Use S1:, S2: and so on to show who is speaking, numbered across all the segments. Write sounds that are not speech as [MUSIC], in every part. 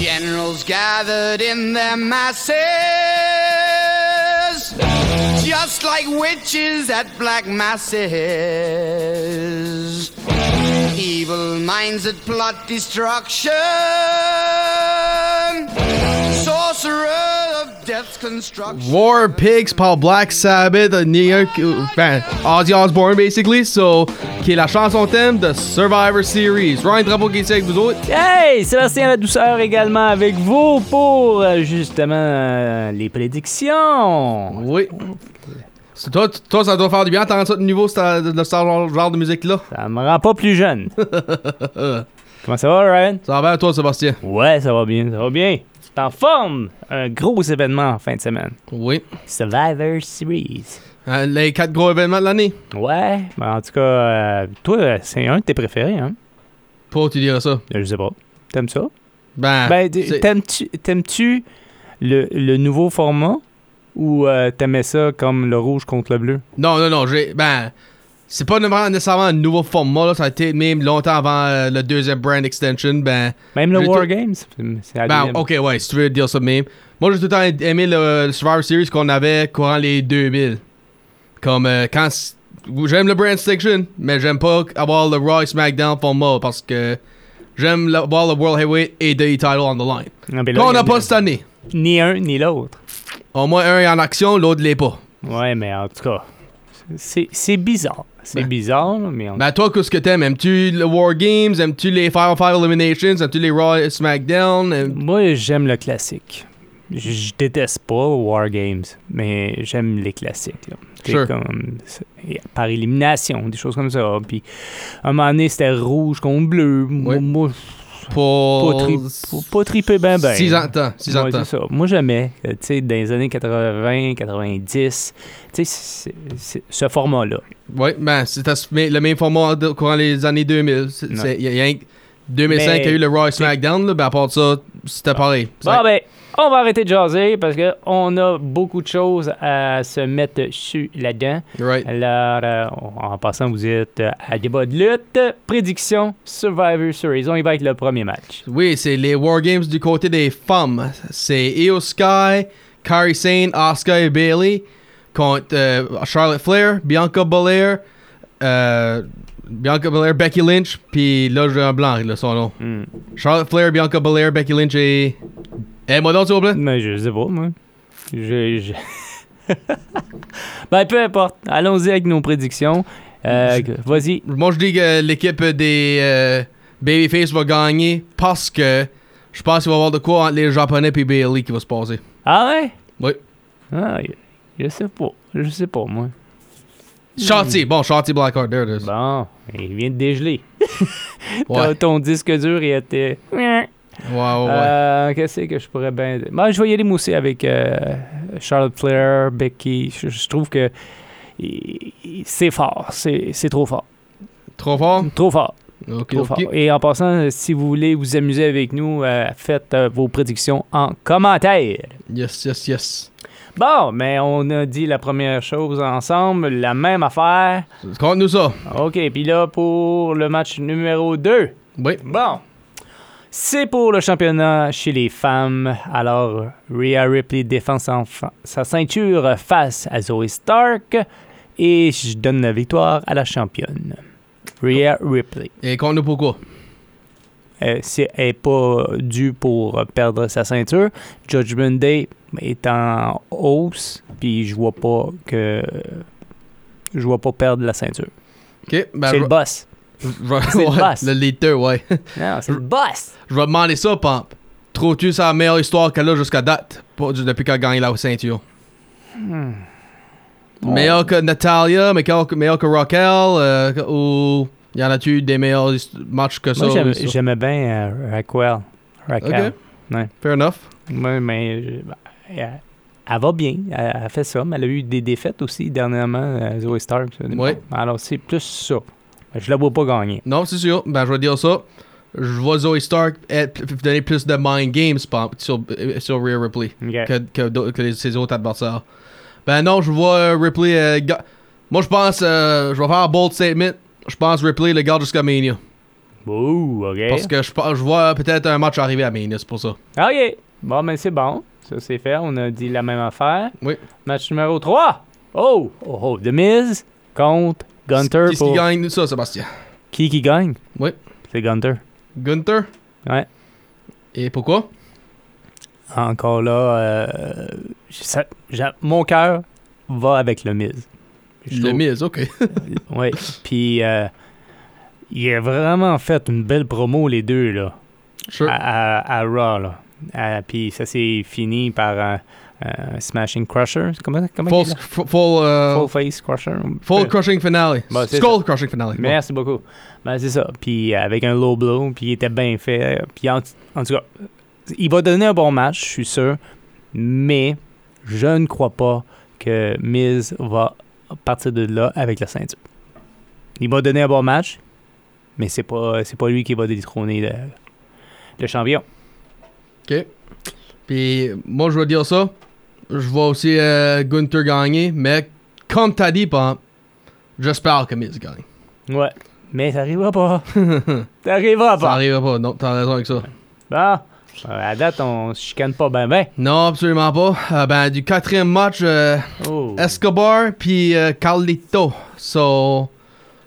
S1: Generals gathered in their masses, just like witches at black masses. Evil minds that plot destruction, sorcerer of death's construction.
S2: War Pigs par Black Sabbath, ni un qui- enfin, ben, Ozzy Osbourne basically, so, qui est la chanson thème de Survivor Series. Ryan Drapeau qui est ici avec vous autres.
S3: Hey, Sébastien La Douceur également avec vous pour euh, justement euh, les prédictions.
S2: Oui. C'est- Toi, t- toi, ça doit faire du bien d'entendre ça de nouveau, ce de ce genre genre de musique-là.
S3: Ça me rend pas plus jeune. Comment ça va, Ryan?
S2: Ça va à toi, Sébastien?
S3: Ouais, ça va bien, ça va bien. Tu t'en formes? Un gros événement en fin de semaine.
S2: Oui.
S3: Survivor Series.
S2: Euh, les quatre gros événements de l'année.
S3: Ouais, ben, en tout cas, euh, toi, euh, c'est un de tes préférés, hein?
S2: Pour tu dirais ça.
S3: Je sais pas. T'aimes ça?
S2: Ben,
S3: Ben,
S2: c'est-
S3: t- t'aimes-tu, t'aimes-tu le, le nouveau format ou euh, t'aimais ça comme le rouge contre le bleu?
S2: non, non, non, j'ai, ben, c'est pas vraiment nécessairement un nouveau format, là, ça a été même longtemps avant euh, le deuxième brand extension, ben,
S3: Même le
S2: J'ai
S3: War
S2: tout-
S3: Games? C'est la
S2: ben,
S3: deuxième.
S2: ok, ouais, si tu veux dire ça même. Moi, j'ai tout le temps aimé le, le Survivor Series qu'on avait courant les 2000. Comme, euh, quand, c- j'aime le brand extension, mais j'aime pas avoir le Raw et SmackDown format, parce que j'aime le- avoir le World Heavyweight et the title on the line.
S3: Ah, ben là,
S2: Qu'on
S3: il y
S2: n'a
S3: en
S2: pas
S3: a-
S2: cette année.
S3: Ni un ni l'autre.
S2: Au moins, un est en action, l'autre l'est pas.
S3: Ouais, mais en tout cas, c'est, c'est bizarre. C'est
S2: Ben.
S3: bizarre, mais on...
S2: Ben toi, qu'est-ce que t'aimes? Aimes-tu le War Games? Aimes-tu les Fire on Fire Eliminations? Aimes-tu les Raw et SmackDown? Aimes-
S3: moi, j'aime le classique. Je je déteste pas War Games, mais j'aime les classiques. là. C'est
S2: Sure.
S3: comme- c'est- et par élimination, des choses comme ça. Puis, à un moment donné, c'était rouge contre bleu. Moi-
S2: Ouais.
S3: moi,
S2: Pour...
S3: pas, tri- pas- pas triper ben ben.
S2: Six ans de temps. Six ans
S3: Ouais,
S2: de temps.
S3: c'est ça. Moi, jamais. Euh, tu sais, dans les années 80, 90, tu sais, c'est- c'est- ce format-là.
S2: Ouais, ben c'était ce- mais le même format de- courant les années 2000. C'est-
S3: Non.
S2: c'est- y a- y a un- 2005,
S3: Mais-
S2: il y a eu le Raw et
S3: c'est-
S2: SmackDown, là, ben à part de ça, c'était pareil.
S3: Bon, ben, on va arrêter de jaser parce que on a beaucoup de choses à se mettre sur là-dedans.
S2: Right.
S3: Alors, euh, en passant, vous êtes euh, à débat de lutte, prédiction, Survivor Series. On y va avec le premier match.
S2: Oui, c'est les War Games du côté des femmes. C'est Io Sky, Kairi Sane, Asuka et Bailey contre euh, Charlotte Flair, Bianca Belair, euh, Bianca Belair, Becky Lynch, puis là j'ai un blanc là, son nom.
S3: Hmm.
S2: Charlotte Flair, Bianca Belair, Becky Lynch et et moi donc s'il vous plaît.
S3: Mais Ben, je sais pas, moi. Je, je- [LAUGHS] ben, peu importe. Allons-y avec nos prédictions. Euh, Vas-y.
S2: Moi je dis que l'équipe des euh, Babyface va gagner parce que je pense qu'il va y avoir de quoi entre les Japonais et Bailey qui va se passer.
S3: Ah ouais?
S2: Oui.
S3: Ah, je, je sais pas. Je sais pas, moi.
S2: Shanti, bon Shanti Blackheart, there it is.
S3: Bon, il vient de dégeler. Ton-
S2: Ouais,
S3: Ton disque dur, il était...
S2: ouais, Oh, ouais. ouais.
S3: Euh, Qu'est-ce que je pourrais bien dire? Moi, je vais y aller moi aussi avec euh, Charlotte Flair, Becky. Je, je trouve que i- i- c'est fort. C'est c'est trop fort.
S2: Trop fort?
S3: Trop fort.
S2: Ok,
S3: Trop
S2: ok.
S3: fort. Et en passant, euh, si vous voulez vous amuser avec nous, euh, faites euh, vos prédictions en commentaire.
S2: Yes, yes, yes.
S3: Bon, mais on a dit la première chose ensemble, la même affaire.
S2: Conte-nous ça.
S3: OK, puis là, pour le match numéro 2.
S2: Oui.
S3: Bon. C'est pour le championnat chez les femmes. Alors, Rhea Ripley défend sa, sa ceinture face à Zoe Stark. Et je donne la victoire à la championne. Rhea Ripley.
S2: Et conte-nous pourquoi.
S3: Euh, si elle n'est pas due pour perdre sa ceinture, Judgment Day est en hausse. Puis je vois pas que. Je vois pas perdre la ceinture.
S2: Ok, ben.
S3: C'est
S2: je-
S3: le boss.
S2: je-
S3: C'est
S2: [LAUGHS]
S3: le
S2: ouais,
S3: boss.
S2: le leader, ouais.
S3: Non, c'est le boss.
S2: Je vais demander ça, Pomp. Trouves-tu sa meilleure histoire qu'elle a jusqu'à date pour- depuis qu'elle a gagné la ceinture?
S3: Hmm.
S2: Meilleure que Natalia, meilleure que, meilleure que Raquel, euh, ou. Y en a-tu des meilleurs hist- matchs que ça?
S3: Moi, j'aime-
S2: ou ça?
S3: j'aimais bien euh, Raquel. Raquel.
S2: Ok.
S3: Ouais.
S2: Fair enough.
S3: Ouais, mais je- bah, elle, elle va bien. Elle, elle fait ça, mais elle a eu des défaites aussi dernièrement, euh, Zoe Stark. ça.
S2: Ouais.
S3: Alors, c'est plus ça. Je la vois pas gagner.
S2: Non, c'est sûr. Ben, je vais dire ça. Je vois Zoe Stark être- donner plus de mind games, Pomp, sur, euh, sur Rhea Ripley. que, que, d'au- que les- ses autres adversaires. Ben non, je vois euh, Ripley. euh, ga- Moi, je pense. euh, je vais faire un bold statement. Je pense Ripley le garde jusqu'à Mania.
S3: Ouh, OK.
S2: Parce que je, pense- je vois peut-être un match arriver à Minis pour ça.
S3: OK. Bon, mais c'est bon. Ça, c'est fait. On a dit la même affaire.
S2: Oui.
S3: Match numéro 3. Oh! Oh, oh. The Miz contre Gunter.
S2: Qu'est-ce qui
S3: pour-
S2: gagne ça, Sébastien
S3: Qui qui gagne?
S2: Oui.
S3: C'est Gunter.
S2: Gunther
S3: Ouais.
S2: Et pourquoi
S3: Encore là, euh, ça- j'a- mon cœur va avec le Miz. Je
S2: Le
S3: trouve-
S2: Miz, ok.
S3: [LAUGHS] Oui. Puis, euh, il a vraiment fait une belle promo, les deux, là,
S2: Sure.
S3: à, à- à Raw. Là. Ah, puis, ça s'est fini par un, un Smashing Crusher. Comment, comment il
S2: False,
S3: dit?
S2: f- full, euh,
S3: Full Face Crusher.
S2: full crushing finale.
S3: Bon, c'est
S2: Skull crushing finale. Bon.
S3: Merci beaucoup. Ben, c'est ça. Puis, euh, avec un low blow, puis il était bien fait. Puis, en, en tout cas, il va donner un bon match, je suis sûr. Mais, je ne crois pas que Miz va partir de là avec la ceinture. Il va donner un bon match, mais c'est pas c'est pas lui qui va détrôner le, le champion.
S2: Ok. Puis moi, je vais dire ça. Je vois aussi euh, Gunther gagner, mais comme t'as dit, pas. J'espère que Miz gagne.
S3: Ouais. Mais ça arrivera pas. ça arrivera
S2: Ça
S3: pas.
S2: arrivera pas, non, t'as raison avec ça.
S3: Bon. Euh, À date, on se chicane pas ben ben.
S2: Non, absolument pas. Euh, ben, du quatrième match, euh,
S3: Oh.
S2: Escobar puis euh, Carlito. So,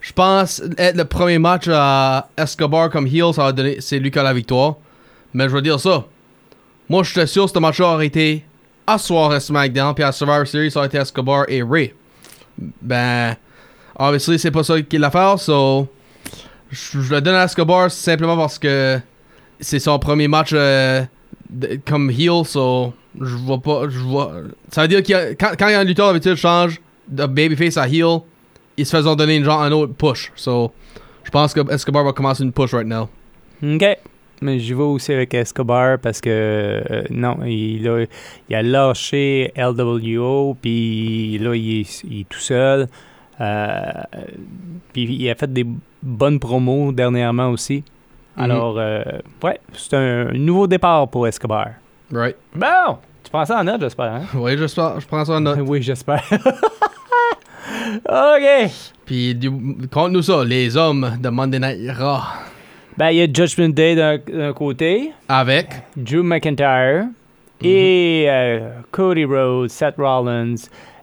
S2: je pense être le premier match à Escobar comme heel, ça va donner, c'est lui qui a la victoire. Mais je veux dire ça. Moi, je suis sûr que ce match-là aurait été à soir à SmackDown, puis à Survivor Series, ça aurait été Escobar et Ray. Ben, obviously, c'est pas ça qu'il a fait, so, je, je le donne à Escobar simplement parce que c'est son premier match euh, de- comme heel, so, je vois pas, je vois... Ça veut dire qu'il y a- quand, quand il y a un lutteur d'habitude change de babyface à heel, ils se faisant donner une genre un autre push. So, je pense que Escobar va commencer une push right now.
S3: OK. Mais j'y vais aussi avec Escobar parce que euh, non, il a, il a lâché LWO, puis là, il est, il est tout seul. Euh, puis il a fait des bonnes promos dernièrement aussi.
S2: Mhm.
S3: Alors, euh, ouais, c'est un nouveau départ pour Escobar.
S2: Right?
S3: Bon! Tu prends ça en note, j'espère, hein?
S2: Oui, je, je prends ça en note.
S3: [LAUGHS] Oui, j'espère. OK!
S2: Puis, du- conte-nous ça, les hommes de Monday Night Raw.
S3: Ben, il y a Judgment Day d'un- d'un côté.
S2: Avec.
S3: Drew McIntyre et euh, Cody Rhodes, Seth Rollins,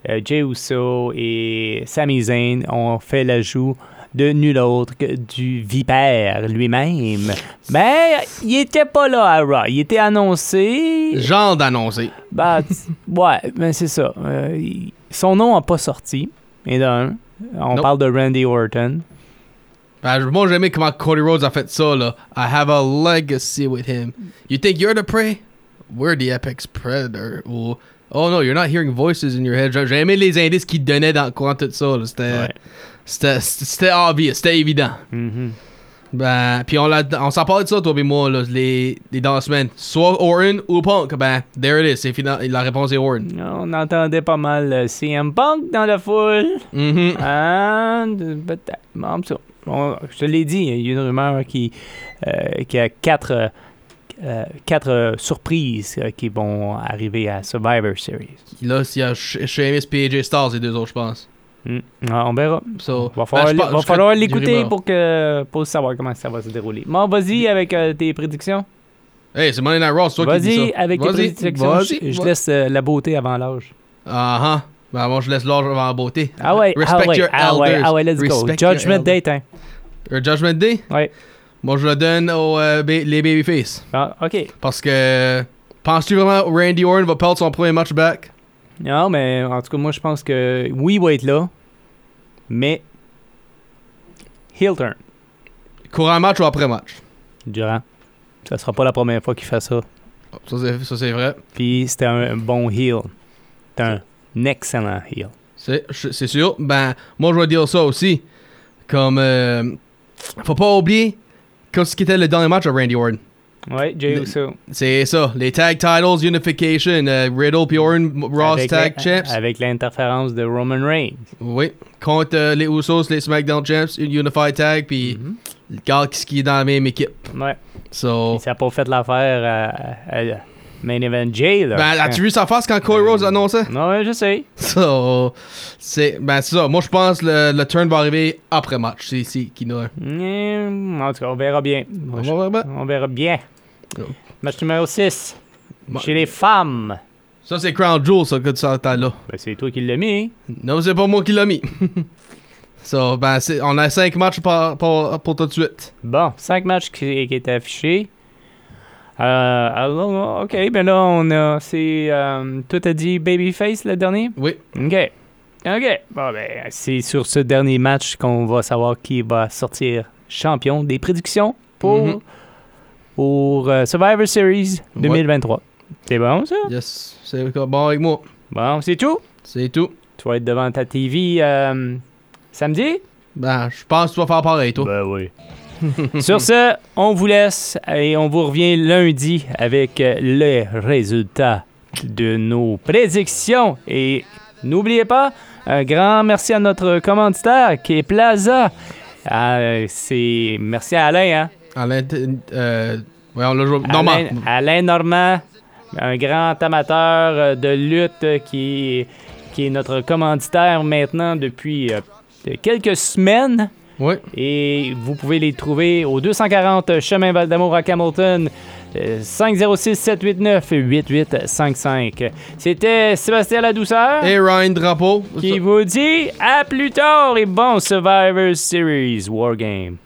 S3: euh, Jey Uso et Sami Zayn ont fait l'ajout de nul autre que du Vipère lui-même. Mais il était pas là à Raw. Il était annoncé.
S2: Genre d'annoncer.
S3: Bah, t- ouais, mais c'est ça. Euh, il- son nom n'a pas sorti. Et d'un, on
S2: Nope.
S3: parle de Randy Orton.
S2: Ben, je- moi, j'ai aimé comment Cody Rhodes a fait ça, là. I have a legacy with him. You think you're the prey? We're the apex predator. Ou, oh no, you're not hearing voices in your head. J'ai j'ai aimé les indices qu'il donnait dans, courant tout ça, là. C'était.
S3: Ouais.
S2: C'était- C'était obvious, c'était évident.
S3: Mhm.
S2: Ben, puis on, l'a- on s'en parle de ça, toi et moi, là, les, les dans la semaine. Soit Orin ou Punk, ben, there it is, c'est final, la réponse est Orin.
S3: On entendait pas mal euh, CM Punk dans la foule.
S2: Mhm.
S3: Ah, peut-être. Mais en tout cas, on- je te l'ai dit, il y a une rumeur qui, euh, qui a quatre, euh, euh, quatre euh, surprises euh, qui vont arriver à Survivor Series.
S2: Là, s'il y a Sh- Sheamus et AJ Styles, les deux autres, je pense.
S3: Hmm. Ah, on verra.
S2: So,
S3: Va falloir
S2: ben, je
S3: l'é-
S2: pense-
S3: va
S2: je serais
S3: falloir
S2: du
S3: l'écouter
S2: rumeur.
S3: pour, que, pour savoir comment ça va se dérouler. Bon, vas-y avec euh, tes prédictions.
S2: Hey, c'est Monday Night Raw, c'est toi qui dis ça.
S3: Vas-y avec tes
S2: Vas-y,
S3: prédictions.
S2: vas-y,
S3: Je, je
S2: vas-
S3: laisse euh, la beauté avant l'âge.
S2: Ah, ah. Ben, moi, je laisse l'ordre avant la beauté.
S3: Ah ouais,
S2: Respect
S3: ah ouais,
S2: your
S3: ah ouais,
S2: elders.
S3: ah ouais, let's
S2: Respect
S3: go.
S2: your
S3: Judgment
S2: elders.
S3: Date, hein.
S2: Euh, Judgment Day,
S3: Ouais.
S2: moi, je le donne aux euh, ba- les Babyface.
S3: Ah, OK.
S2: Parce que, penses-tu vraiment que Randy Orton va perdre son premier match back?
S3: Non, mais en tout cas, moi, je pense que oui, il va être là, mais heel turn
S2: Courant match ou après match?
S3: durant. Ça sera pas la première fois qu'il fait ça.
S2: Oh, Ça, c'est- ça, c'est vrai.
S3: Puis c'était un bon heel. C'était un excellent heel.
S2: C'est je- c'est sûr. Ben, moi, je vais dire ça aussi. Comme. euh, faut pas oublier que ce qui était le dernier match à Randy Orton.
S3: Ouais, Jey
S2: Le-
S3: Uso.
S2: C'est ça. Les tag titles, Unification, euh, Riddle puis Orton, Ross
S3: Avec
S2: Tag
S3: la-
S2: Champs.
S3: Avec l'interférence de Roman Reigns.
S2: Oui. Contre euh, les Usos, les SmackDown Champs, une Unified Tag, puis
S3: Mhm.
S2: le gars qui qui est dans la même équipe.
S3: Ouais.
S2: So,
S3: Puis ça n'a pas fait l'affaire à, à- Main event Jay, là.
S2: Ben, as-tu vu sa face quand Cody Rhodes annonçait? [LAUGHS]
S3: Non, ouais, je sais.
S2: So, c'est, ben, c'est ça. Moi, je pense que le, le turn va arriver après match. C'est ici qu'il y en a un.
S3: Hmm, en tout cas, on verra bien.
S2: On va voir, ben.
S3: On verra bien.
S2: Oh.
S3: Match numéro 6.
S2: Ma-
S3: Chez les femmes.
S2: Ça, c'est Crown Jewel, ça, que tu entends là.
S3: Ben, c'est toi qui l'as mis.
S2: Non, c'est pas moi qui l'a mis. [LAUGHS] so, ben, c'est- on a 5 matchs pour, pour, pour tout de suite.
S3: Bon, 5 matchs qui, qui étaient affichés. Euh, alors, ok, ben là, on a. C'est. euh, toi, t'as dit Babyface le dernier?
S2: Oui.
S3: Ok. Ok. Bon, ben, c'est sur ce dernier match qu'on va savoir qui va sortir champion des prédictions pour,
S2: Mhm.
S3: pour euh, Survivor Series
S2: Ouais.
S3: 2023. C'est bon, ça?
S2: Yes. C'est bon avec moi.
S3: Bon, c'est tout.
S2: C'est tout.
S3: Tu vas être devant ta TV euh, samedi?
S2: Ben, je pense que tu vas faire pareil, toi.
S3: Ben oui. [LAUGHS] Sur ce, on vous laisse et on vous revient lundi avec euh, les résultats de nos prédictions. Et n'oubliez pas, un grand merci à notre commanditaire qui est Plaza. Ah, c'est merci à Alain, hein?
S2: Alain, t- euh, voyons, là, je... Normal.
S3: Alain, Alain Normand, un grand amateur euh, de lutte euh, qui, qui est notre commanditaire maintenant depuis euh, quelques semaines.
S2: Oui.
S3: Et vous pouvez les trouver au 240 Chemin Val d'Amour à Camilton, euh, 506 789 8855. C'était Sébastien Ladouceur
S2: Et Ryan Drapeau.
S3: qui vous dit à plus tard et bon Survivor Series Wargame.